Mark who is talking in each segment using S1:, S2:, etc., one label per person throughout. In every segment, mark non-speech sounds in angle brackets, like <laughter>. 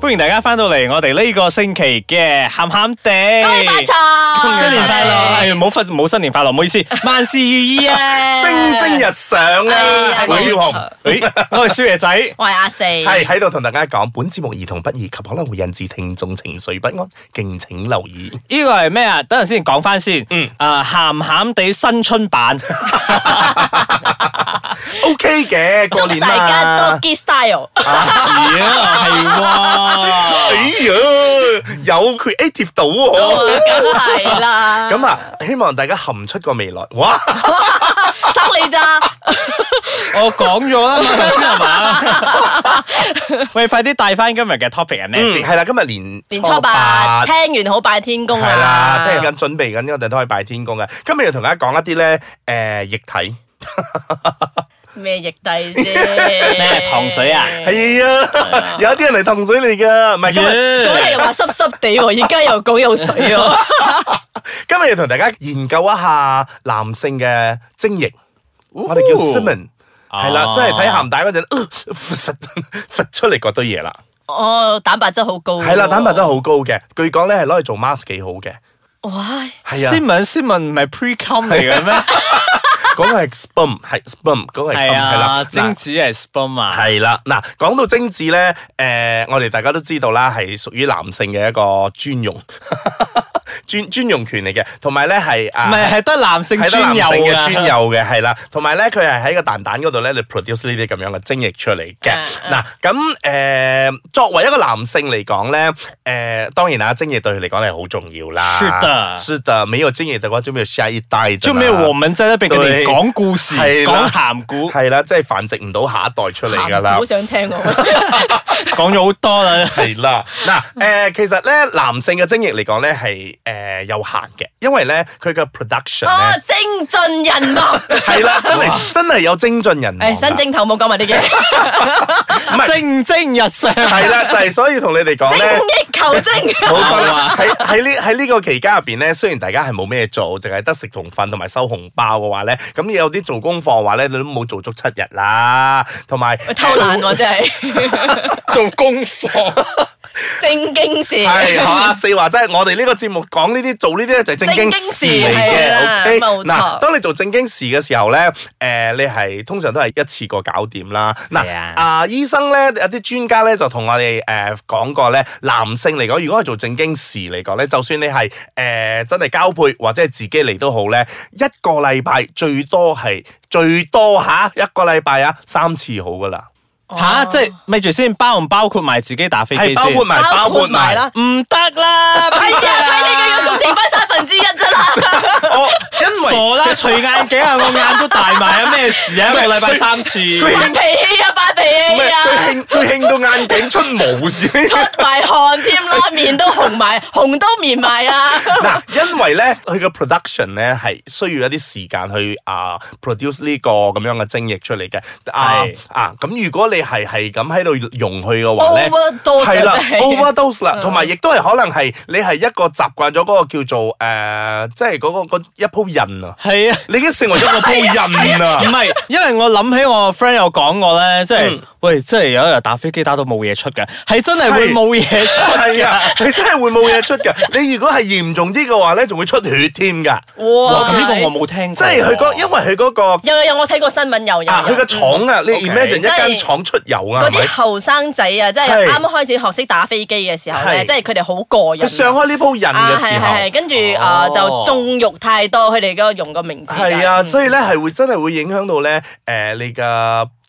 S1: 歡迎大家翻到嚟我哋呢個星期嘅鹹鹹地，
S2: 恭喜發財，
S1: 新年快樂！
S2: <laughs>
S1: 哎呀，冇發冇新年快樂，唔好意思，萬事如意啊！
S3: 蒸蒸日上啊！
S2: 哎呀
S3: 我要紅，
S1: 誒，我係少爺仔。
S2: 我係阿四，
S3: 係喺度同大家講，本節目兒童不宜及可能會引致聽眾情緒不安，敬請留意。
S2: <laughs>
S1: 呢個係咩啊？等陣先講翻先。嗯。啊，鹹鹹地新春版，
S3: <laughs> O K 嘅，過
S2: 祝
S3: 年
S2: 大家
S3: 啦
S2: 多。get style，
S1: 咦係
S3: 哎呀，有 creative 到
S2: 哦
S3: 喎。
S2: 梗係啦，
S3: 咁啊，希望大家含出個未來。哇！
S2: 生你咋？
S1: 喎，我講咗
S2: <laughs>
S1: 啦嘛，頭先係嘛？喂，快啲帶翻今日嘅 topic 係咩
S3: 嗯，
S1: 先？
S3: 係啦，今日年
S2: 年初八聽完好拜天公
S3: 係啦，聽
S2: 啊！
S3: 緊準備緊，我哋都可以拜天公嘅。今日要同大家講一啲咧，誒液體
S2: 咩液帝先？咩
S1: 糖水啊
S3: 係啊，有一啲人嚟氹水嚟㗎，唔係今日。
S2: 嗰日又話濕濕地喎，而家又講有水喎，
S3: 今日要同大家研究一下男性嘅精液，我哋叫 semen，
S1: 哦
S3: 係啦，即係睇鹹帶嗰陣，呃佛佛出嚟嗰堆嘢啦，
S2: 哦，蛋白質好高，
S3: 係啦，
S1: 哦
S3: 蛋白質。好高嘅，據講咧係攞嚟做 mask 幾好嘅，
S2: 哇！
S3: 係
S1: 先
S3: 啊，
S1: 問先問唔係 pre com 嚟嘅咩？
S3: 嗰個係 sperm，係 sperm，嗰個係 cum，
S1: 係
S3: 係
S1: 啊，
S3: 啦，
S1: 精子係 sperm 啊。
S3: 係啦，嗱，講到精子咧，誒、我哋大家都知道啦，係屬於男性嘅一個專用 <laughs> 專專用權嚟嘅，同埋咧係啊，
S1: 唔係係得男性
S3: 係得
S1: 專
S3: 男
S1: 有啊
S3: 性嘅
S1: 㗎
S3: 專有嘅，係啦，同埋咧佢係喺個蛋蛋嗰度咧，你 produce 呢啲咁樣嘅精液出嚟嘅
S1: 啊
S2: 嗯。嗯
S3: 嗱，咁誒，作為一個男性嚟講咧，誒，當然啦，精液對佢嚟講係好重要啦。
S1: 是的
S3: 是的，沒有精液嘅話，就沒有下一代的啦。
S1: 就咩我們在那邊跟你
S3: 對
S1: 講故事，
S3: 係
S1: 講
S3: 啦
S1: 鹹古，
S3: 係啦，即係繁殖唔到下一代出嚟㗎啦
S1: 啊
S2: 好。想聽我，
S1: 講咗好多啦。
S3: 係啦，
S1: <laughs>
S3: 嗱，誒，其實咧，男性嘅精液嚟講咧，係誒有限嘅，因為咧佢嘅 production
S1: 啊
S2: 哦
S3: 咧，
S2: 精盡人亡。
S3: 係啦，真係真係有精進人亡㗎。
S2: 誒，新正頭冇講埋呢啲嘢。
S3: 唔係
S1: 蒸蒸日上，
S3: 係啦，就係所以同你哋講
S2: 精
S3: 咧。
S2: 益求精。
S3: 冇錯啦，喺喺呢喺呢個期間入邊咧，雖然大家係冇咩做，淨係得食同瞓同埋收紅包嘅話咧，咁有啲做功課嘅話咧，你都冇做足七日啦，同埋
S2: 喂偷懶喎，真係
S1: 做功課，
S2: 正經事。
S3: 係阿啊四話真係，我哋呢個節目講呢啲做呢啲咧就係正
S2: 正
S3: 經事嚟
S2: 經事係啦
S3: 嘅。
S2: 冇
S3: O
S2: 錯
S3: K，嗱，當你做正經事嘅時候咧，誒、你係通常都係一次過搞掂啦。嗱
S1: 係啊，
S3: 啊醫生咧有啲專家咧就同我哋誒講過咧，男性嚟講，如果係做正經事嚟講咧，就算你係誒、真係交配或者係自己嚟都好咧，一個禮拜最多係最多吓一個禮拜啊三次好噶啦，
S2: 哦
S1: <laughs> 吓，即係咪住先？包唔包括埋自己打飛
S3: 係
S1: 機
S3: 包
S1: 先？
S3: 括埋包
S2: 包
S3: 括
S2: 括埋
S3: 埋
S2: 啦。
S1: 唔得啦，
S2: 哎呀，
S1: 邊得啊
S2: 睇你嘅樣仲剩翻三分之一啫啦。
S3: 哦，因為。
S1: 傻
S3: <laughs>
S1: 啦！除眼鏡啊，我眼都大埋啊，咩事啊？一個禮拜三次，
S2: 發脾氣啊，發脾
S3: 唔係
S2: 氣啊，
S3: 佢興佢興到眼鏡出毛線。
S2: 出埋汗添啦，面都紅
S3: <laughs>
S2: 埋，紅都面埋啊啦。
S3: 嗱，因為咧佢嘅 production 咧係需要一啲時間去啊 produce 呢個咁樣嘅精液出嚟嘅。啊
S1: 係
S3: 啊，咁如果你係係咁喺度用佢嘅話咧。
S2: Overdose
S3: 係啦
S2: 啊真係。
S3: ，overdose 啦，同埋亦都係可能係你係一個習慣咗嗰個叫做誒、呃即係嗰、個嗰一鋪印啊，
S1: 係啊。
S3: 你已經成為咗個鋪印
S1: 唔 <laughs>
S3: 啊，
S1: 係，因為我諗起我 friend 有講過咧，即係
S3: 嗯
S1: 喂，即係有一日打飛機打到冇嘢出嘅，係真係會
S3: 係
S1: 冇嘢出
S3: 係啊
S1: 㗎。，
S3: 你真係會冇嘢出㗎。你如果係嚴重啲嘅話咧，仲會出血添㗎。
S1: 哇！咁呢個我冇聽過喎，
S3: 即係佢嗰，因為佢嗰個
S2: 有有有，我睇過新聞有有。
S3: 啊，佢個
S2: 有
S3: 廠啊，你
S1: 嗯 OK
S3: imagine
S2: 即
S3: 一間
S2: 係
S3: 廠出油啊，
S2: 嗰
S3: 係咪
S2: 啲？後生仔啊，即係
S3: 係
S2: 啱啱開始學識打飛機嘅時候咧，
S3: 係
S2: 即係佢哋好過癮
S3: 佢
S2: 啊。
S3: 上開呢鋪人
S2: 啊，
S3: 嘅時
S2: 係
S3: 候，
S2: 係係，跟住
S1: 哦
S2: 啊就縱慾太多，佢哋嗰個用個名字㗎
S3: 係啊，
S2: 嗯
S3: 所以咧係會真係會影響到咧誒你嘅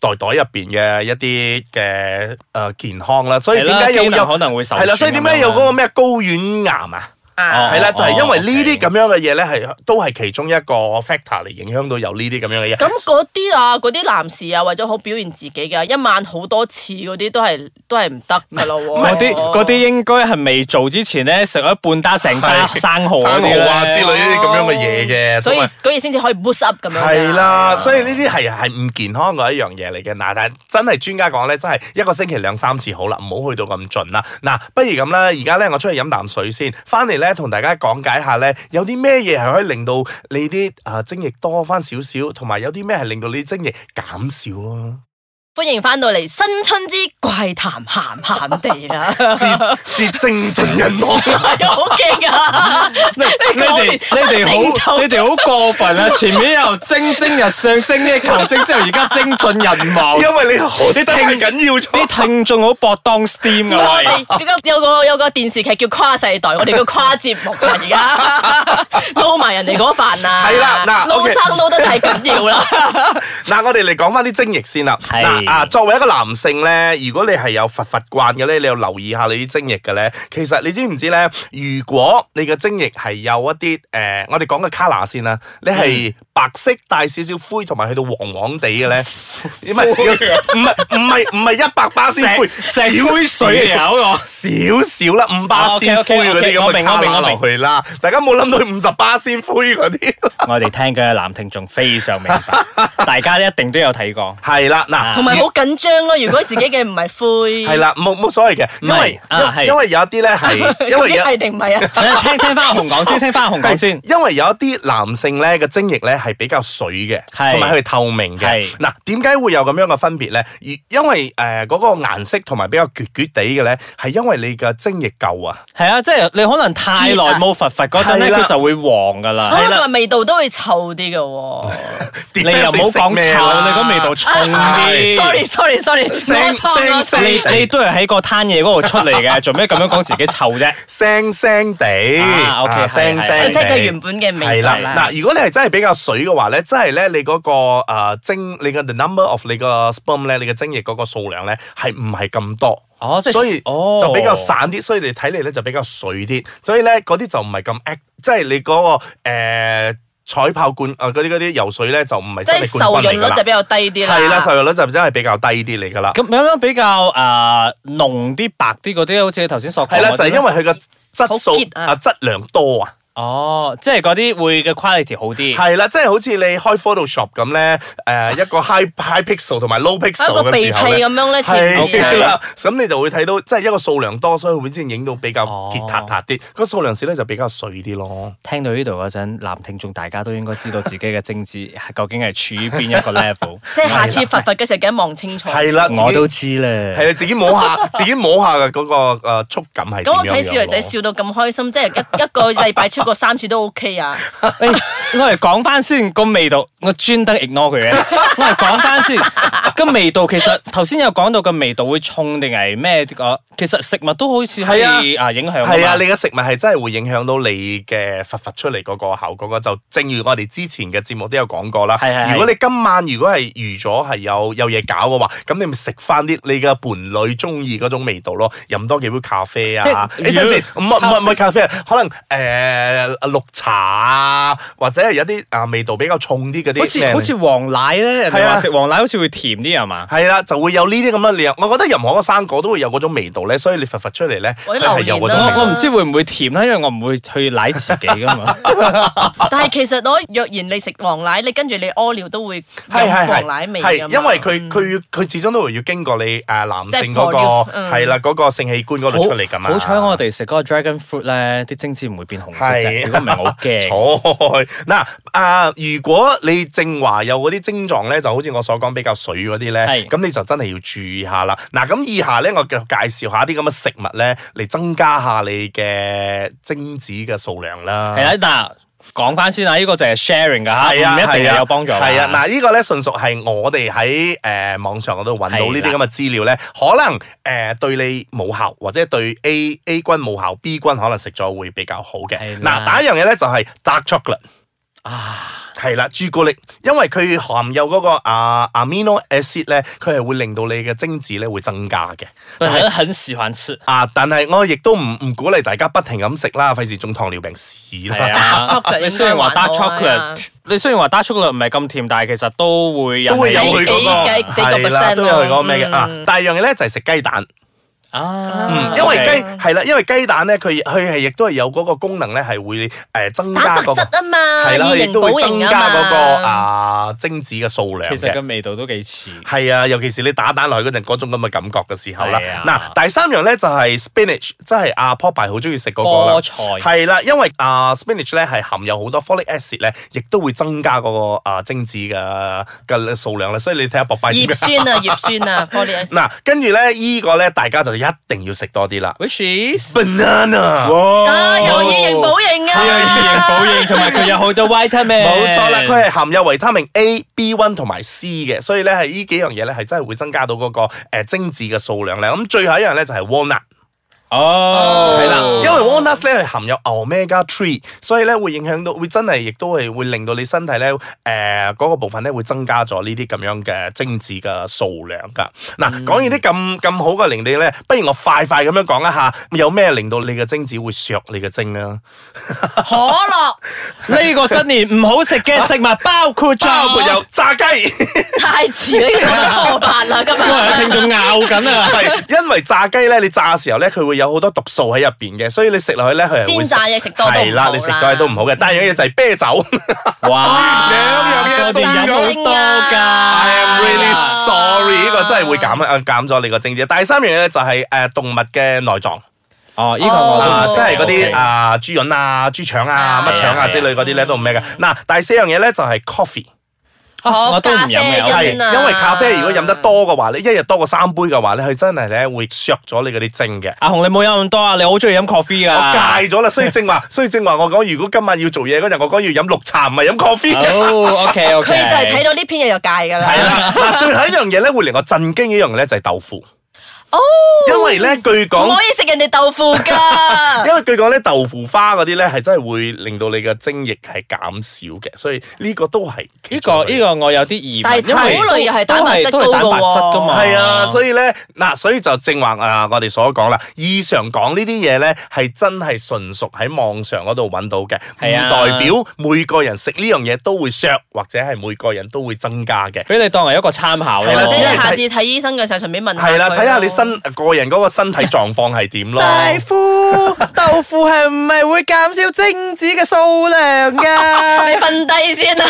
S3: 袋袋入邊嘅一啲嘅誒健康啦。所以
S1: 係
S3: 點
S1: 啦，
S3: 解有
S1: 機能
S3: 有
S1: 可能會受
S3: 係啦？所以
S1: 損咁
S3: 點解
S1: 樣
S3: 有
S1: 啦
S3: 嗰個咩睾丸癌啊？
S2: 啊
S1: 哦
S3: 係啦，就係因為呢啲
S1: OK
S3: 咁樣嘅嘢咧，係都係其中一個 factor 嚟影響到有呢啲咁樣嘅嘢。
S2: 咁嗰啲啊，嗰啲男士啊，為咗好表現自己嘅，一晚好多次嗰啲都係都係唔得噶咯
S3: 哦
S2: 喎。
S1: 嗰啲嗰啲應該係未做之前咧，食咗半打成打
S3: 係
S1: 生蠔嗰
S3: 生
S1: 啲咧
S3: 蠔啊之類呢啲咁樣嘅嘢嘅，
S2: 所以
S3: 同埋
S2: 嗰嘢先至可以 boost up 咁樣㗎。
S3: 係啦，所以呢啲係係唔健康嘅一樣嘢嚟嘅。嗱，但係真係專家講咧，真係一個星期兩三次好啦，唔好去到咁盡啦。嗱，不如咁啦，而家咧我出去飲啖水先，翻嚟咧同大家講解下咧，有啲咩嘢係可以令到你啲啊精液多翻少少，同埋有啲咩係令到你啲精液減少啊咯。
S2: 歡迎翻到嚟新春之怪談鹹鹹地啦， <laughs>
S3: 至至精盡人亡。
S2: 係啊，好勁
S3: <laughs>
S2: 啊！
S1: 你你
S2: 講完
S1: 哋你
S2: 真
S1: 哋
S2: 正
S1: 好
S2: 就
S1: 你哋好過分 <laughs> 啊！前面又蒸蒸日上，蒸呢求蒸之後，而家蒸盡人亡。
S3: <laughs> 因為你好得太緊要咗。
S1: 啲聽眾好搏當 steam
S2: 我
S1: 噶喂
S2: 哋，而家有個有個電視劇叫跨世代，我哋叫跨節目啊！而
S3: <laughs>
S2: 家撈埋人哋嗰飯啊，
S3: 係啦嗱
S2: 撈
S3: OK
S2: 生撈得太緊要啦。
S3: <laughs> 嗱，我哋嚟講翻啲精液先啦。
S1: 係
S3: 嗱啊，作為一個男性咧，如果你係有佛佛慣嘅咧，你要留意下你啲精液嘅咧。其實你知唔知咧？如果你嘅精液係有一啲誒、呃我哋講嘅 colour 先啦，你
S1: 嗯
S3: 係白色帶少少灰，同埋去到黃黃地嘅咧，唔係有唔係唔係唔係一百巴仙灰，
S1: 石石灰水嚟啊！嗰個
S3: 少少啦，五巴仙灰
S1: 哦
S3: 嗰啲咁
S1: ，OK，OK，OK，
S3: 嘅
S1: 我明
S3: colour
S1: 我明
S3: 落去啦。大家冇諗到五十巴仙灰嗰啲。
S1: 我哋聽緊嘅男聽眾非常明
S3: <laughs>
S1: 白，大家一定都有睇過。
S3: 係啦，嗱，
S2: 同埋好緊張咯。如果自己嘅唔係灰，
S3: 系啦，冇冇所謂嘅，因
S1: 唔
S3: 為
S1: 係啊
S3: 因
S1: 係
S3: 因為有一啲
S1: <laughs>
S3: 咧係，因
S2: 究
S3: 為
S2: 竟
S3: 有
S2: 係定唔係啊？
S1: 聽聽翻阿紅講先，聽翻阿紅講先
S3: 係。因為有一啲男性咧嘅精液咧係比較水嘅，
S1: 係
S3: 同埋佢係透明嘅
S1: 係。
S3: 嗱，點解會有咁樣嘅分別咧？而因為誒嗰個顏色同埋比較橛橛地嘅咧，係因為你嘅精液夠啊。
S1: 係啊，即係你可能太耐冇佛佛嗰陣咧，
S3: 係啦
S1: 佢就會黃噶
S2: 啊
S1: 啦。
S2: 同埋味道都會臭啲嘅喎。
S1: <laughs> 你又唔好講臭，你
S3: 啊
S1: 個味道重
S2: <laughs>
S1: 啲。
S2: Sorry sorry sorry，我錯
S3: <laughs>
S2: 我錯。
S1: 你
S3: 哎
S1: 你都係喺個攤嘢嗰度出嚟嘅，做咩咁樣講自己臭啫？
S3: 腥腥地
S1: 啊，OK，係係
S3: 腥腥
S1: 係
S2: 即係佢
S3: 地
S2: 原本嘅
S3: 係
S2: 味
S3: 啦
S2: 道，
S3: 嗱，如果你係真係比較水嘅話咧，真係咧你嗰、個呃精，你嘅 the number of 你個 sperm 咧，你嘅精液嗰個數量咧係唔係咁多？
S1: 哦即係
S3: 所以
S1: 哦
S3: 就比較散啲，所以你睇嚟咧就比較水啲，所以咧嗰啲就唔係咁 act，即係你嗰、個、呃、彩泡罐啊嗰啲嗰啲游水咧就唔係
S2: 即
S3: 真
S2: 係
S3: 係冠
S2: 受
S3: 軍
S2: 潤
S3: 嚟㗎
S2: 率就
S3: 啦
S2: 比。較低啲啦。
S3: 係啦，受孕率就真係比較低啲嚟㗎啦。
S1: 咁有冇比較誒濃啲、白啲嗰啲？好似你頭先所講
S3: 係啦，
S1: 嗰啲
S3: 就係因為佢嘅質
S2: 好
S3: 素
S2: 結啊
S3: 啊質量多啊。
S1: 哦，即係嗰啲會嘅 quality 好啲。
S3: <laughs> 係啦，即係好似你開 Photoshop 咁咧，誒、一
S2: <laughs>
S3: 個 high high pixel 同埋 low
S2: 一
S3: pixel
S2: 個
S3: 嘅
S2: 鼻涕
S3: 時候
S2: 咁
S3: 咧。
S2: 樣咧，前
S1: 似係
S3: 係
S2: 面
S3: 啦，咁你就會睇到，即係一個數量多，所以會先影到比較
S1: 哦
S3: 結塔塔啲。個數量少咧就比較碎啲
S2: 哦
S3: 咯。
S1: 聽到呢度嗰陣，男聽眾大家都應該知道自己嘅精子係究竟係處於邊
S3: <laughs>
S1: 一個 level。
S2: 即係下次佛佛嘅時候記得望清楚。
S3: 係啦，
S1: 我都
S3: 自
S1: 知
S3: 己
S1: 咧。
S3: 係啦，啊自己摸下，自己摸下嘅嗰個誒觸感係點
S2: 咁我
S3: 樣
S2: 睇
S3: 樣
S2: 小女仔
S3: 咯
S2: 笑到咁開心，即係一一個禮拜超過三次都 OK
S3: <laughs>
S2: 啊！
S1: 誒我嚟講翻先個味道，我專登 ignore 佢嘅。
S3: <laughs>
S1: 我嚟講翻先個味道，其實頭先有講到個味道會重定係咩個？其實食物都好似可以
S3: 係
S1: 啊影響㗎嘛
S3: 係啊，你嘅食物係真係會影響到你嘅佛佛出嚟嗰個效果嘅。就正如我哋之前嘅節目都有講過啦。
S1: 係係係
S3: 如果你今晚如果係預咗係有有嘢搞嘅話，咁你咪食翻啲你嘅伴侶中意嗰種味道咯，飲多幾杯咖啡啊。
S1: 即係
S3: 你等陣先，唔
S1: 如
S3: 係唔係唔係咖啡啊，可能誒、呃綠茶啊，或者係有啲啊味道比較重啲嗰啲。
S1: 好似好似黃奶咧，人
S3: 係
S1: 哋
S3: 啊
S1: 話食黃奶好似會甜啲係嘛？
S3: 係啦，就會有呢啲咁嘅料。我覺得任何一個生果都會有嗰種味道咧，所以你佛佛出嚟咧，
S2: 或者
S3: 佢係
S2: 榴
S3: 有
S2: 蓮
S3: 嗰種
S2: 啦
S1: 我
S3: 味道。
S1: 我唔知會唔會甜啦，因為我唔會去奶自己噶
S3: <laughs>
S1: 嘛。
S2: 但係其實我若然你食黃奶，你跟住你屙尿都會有
S3: 係係係
S2: 黃奶味啊㗎
S3: 係
S2: 嘛
S3: 因為佢佢佢始終都會要經過你誒呃男
S2: 即係
S3: 性嗰
S2: produce，
S3: 個
S2: 嗯
S3: 係啦嗰個性器官嗰度出嚟㗎嘛。
S1: 好彩我哋食嗰個 dragon fruit 咧，啲精子唔會變紅色
S3: 係
S1: 啫。如果唔係我好驚。
S3: <laughs> 錯嗱啊！如果你正話有嗰啲症狀咧，就好似我所講比較水嗰啲咧，
S1: 係
S3: 咁你就真係要注意下啦。嗱，咁以下咧，我就介紹下啲咁嘅食物咧，嚟增加下你嘅精子嘅數量啦。
S1: 係啦，嗱，講翻先啊，呢個就係 sharing 噶吓，唔
S3: 啊係啊，
S1: 一定
S3: 係啊
S1: 係有幫助㗎。
S3: 係啊，嗱，呢個咧純屬係我哋喺誒網上嗰度揾到呢啲
S1: 係
S3: 咁嘅資料咧，可能誒、呃、對你冇效，或者對 A A 君冇效，B 君可能食咗會比較好嘅。
S1: 係
S3: 嗱，
S1: 啦
S3: 第一樣嘢咧就係 dark chocolate，
S1: 啊
S3: 係啦，朱古力，因為佢含有嗰個啊 amino acid 咧，佢係會令到你嘅精子咧會增加嘅。
S1: 但係很喜歡
S3: <laughs>
S1: 吃，
S3: 啊，但係我亦都唔唔鼓勵大家不停咁食啦，費事中糖尿病屎啦。
S1: 係啊
S2: Dark chocolate
S1: 你雖然話
S2: 應該
S1: dark
S2: 還好啊
S1: chocolate，你雖然話 dark chocolate 唔係咁甜，但係其實都會
S3: 都會有
S1: 人
S2: 幾
S3: 佢嗰
S2: 幾
S3: 個
S2: 幾個
S3: 係
S2: percent
S3: 啦，都有佢嗰個咩嘅
S2: 咯
S3: 啊
S2: 嗯。
S3: 第二樣嘢咧就係食雞蛋，
S1: 啊，
S3: 嗯因為
S1: OK
S3: 雞係啦，因為雞蛋咧佢佢係亦都係有嗰個功能咧係會誒呃增加
S2: 蛋白
S3: 嗰個
S2: 質啊嘛，
S3: 係啦，
S2: 以
S3: 佢亦
S2: 形
S3: 都會
S2: 補
S3: 增
S2: 形
S3: 加嗰個
S2: 啊嘛。
S3: 啊精子嘅數量
S1: 其實個
S3: 嘅。
S1: 味道都幾似，
S3: 係啊，尤其是你打蛋落去嗰陣嗰種咁嘅感覺嘅時候啦
S1: 係啊。
S3: 嗱，第三樣咧就係 spinach，即係阿 Popeye 好中意食嗰個啦
S1: 菠。菜
S3: 係啦，因為啊 spinach 咧係含有好多 folic acid 咧，亦都會增加嗰個啊精子嘅嘅數量啦。所以你睇下 Popeye 點
S2: 葉
S3: 樣
S2: 酸啊，葉酸
S3: <laughs>
S2: 啊 f o l i
S3: 嗱，跟住咧，依個咧，大家就一定要食多啲啦。
S1: ，which is，
S3: banana，
S2: 啊，
S1: 哇
S2: 又以形補形啊，
S1: 哦佢有以形補形，同埋佢有好多
S3: <laughs>
S1: vitamin，
S3: 冇錯啦，佢係含有維他命 A、B one 同埋 C 嘅，所以咧係呢幾樣嘢咧係真係會增加到嗰、個、呃、精子嘅數量咧。咁最後一樣咧就係 walnut，
S1: 哦，
S3: 係啦，
S2: 哦
S3: 因為 walnut 咧係含有 omega three，所以咧會影響到，會真係亦都係會令到你身體咧誒嗰個部分咧會增加咗呢啲咁樣嘅精子嘅數量㗎。嗱、講完啲咁咁好嘅令你咧，不如我快快咁樣講一下，有咩令到你嘅精子會削你嘅精啊？
S2: 可樂
S1: 呢個新年唔好食嘅食物包括咗，
S3: 包括有炸雞，係
S2: 太遲啦，已經講到初八啦，今
S1: <laughs> 因為有
S2: 日
S1: 聽眾拗緊啊。
S3: 因為炸雞咧，你炸嘅時候咧，佢會有好多毒素喺入邊嘅，所以你食落去咧，佢係會
S2: 煎炸嘢食多都唔好啦
S3: 係啦，你食咗係都唔好嘅。第二樣嘢就係啤酒
S1: 哇，
S3: 兩樣嘢
S1: 我哋飲好多
S2: 都有
S1: 㗎
S2: 啊
S3: ，I am really
S2: 啊
S3: sorry，呢個真係會減啊減咗你個精子。第三樣嘢咧就係誒動物嘅內臟
S1: 哦，呢個我
S3: 啊，
S1: 都
S3: 即
S1: 唔
S3: 係嗰啲
S1: OK
S3: 啊豬潤啊、豬腸啊、乜腸
S1: 係啊
S3: 啊之類嗰啲咧都唔
S2: 嗯
S3: 咩嘅。嗱，第四樣嘢咧就係 coffee。
S1: 啊我都唔飲嘅
S2: 咖啡
S3: 係，
S2: 因啊
S3: 因為咖啡如果飲得多嘅話咧，一日多過三杯嘅話咧，佢真係咧會削咗你嗰啲精嘅。
S1: 阿紅你冇飲咁多啊，你好中意飲 coffee
S3: 我
S1: 㗎。
S3: 戒咗啦，所以
S1: <laughs>
S3: 正話，所以正話我講，如果今晚要做嘢嗰陣，我講要飲綠茶，唔係飲 coffee。
S1: 哦，OK OK。
S2: <laughs>
S1: 啊
S2: 佢就係睇到呢篇嘢就戒㗎啦。
S3: 係
S1: <laughs>
S3: 啦，嗱，最後一樣嘢咧，會令我震驚嘅一樣咧就係豆腐，
S2: 哦，
S3: 因為咧據
S2: 唔
S3: 講
S2: 可，以食人哋豆腐㗎。
S3: <laughs> 因為據講咧豆腐花嗰啲咧係真係會令到你嘅精液係減少嘅，所以呢個都係
S1: 呢個呢個
S3: 個。
S1: 我有啲疑
S2: 但
S1: 問，
S2: 係
S1: 因為
S2: 豆類又係蛋白質
S1: 都係
S2: 高
S1: 蛋白質㗎
S2: 㗎
S1: 嘛。
S2: 喎
S3: 係啊，所以咧嗱，所以就正話啊，我哋所講啦，以上講呢啲嘢咧，係真係純屬喺網上嗰度揾到嘅，唔
S1: 係啊
S3: 代表每個人食呢樣嘢都會削，或者係每個人都會增加嘅。
S1: 俾你當為一個參考咯。
S3: 係啦
S2: 或者
S3: 只係
S2: 你下次睇醫生嘅時候順便問下
S3: 係啦，
S2: 佢
S3: 睇下你
S2: 咯
S3: 身個人嗰個身體狀況係點咯。
S1: 夫，豆腐係唔係會減少精子嘅數量
S2: 你
S1: 噶？
S2: 瞓低先啦。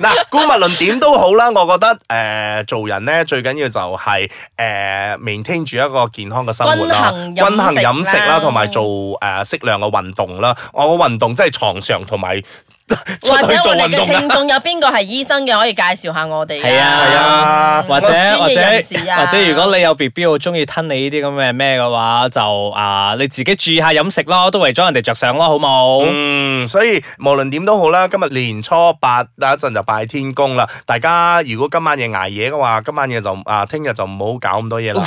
S3: 嗱，姑勿論點都好啦，我覺得誒、呃做人咧最緊要就係誒 maintain 住一個健康嘅生活啦，
S2: 均衡飲食
S3: 均衡飲食啦，
S2: 啦
S3: 同埋做誒適量嘅運動啦。我個運動真係床上同埋 <laughs> 出
S2: 或
S3: 去
S2: 者
S3: <laughs> 做
S2: 我哋嘅
S3: 運動啊
S2: 聽
S3: 啦。
S2: 眾有邊個係醫生嘅，可以介紹下我哋㗎。
S1: 係啊
S3: 係啊，
S1: <laughs> 或者
S2: 專業
S1: 或者
S2: 人士啊
S1: 或者，如果你有 B B 好中意吞你呢啲咁嘅咩嘅話，就啊你自己注意下飲食咯，都為咗人哋着想咯，好冇？
S3: 嗯，所以無論點都好啦，今日年初八嗱一陣就拜天公啦。大家如果今晚夜捱夜嘅話，今晚夜就啊，聽日就唔好搞咁多嘢啦。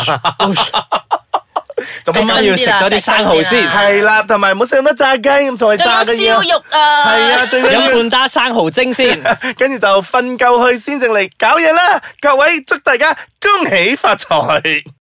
S1: 咁今晚要食多啲生蠔先，
S3: 係啦，同埋唔好食咁多炸雞，同
S2: 仲
S3: 埋炸嘅嘢
S2: 有。燒肉啊！
S3: 係啊，最緊
S1: <laughs>
S3: 要
S1: 飲半打生蠔精先。
S3: 跟住就瞓夠去先正嚟搞嘢啦！各位祝大家恭喜發財！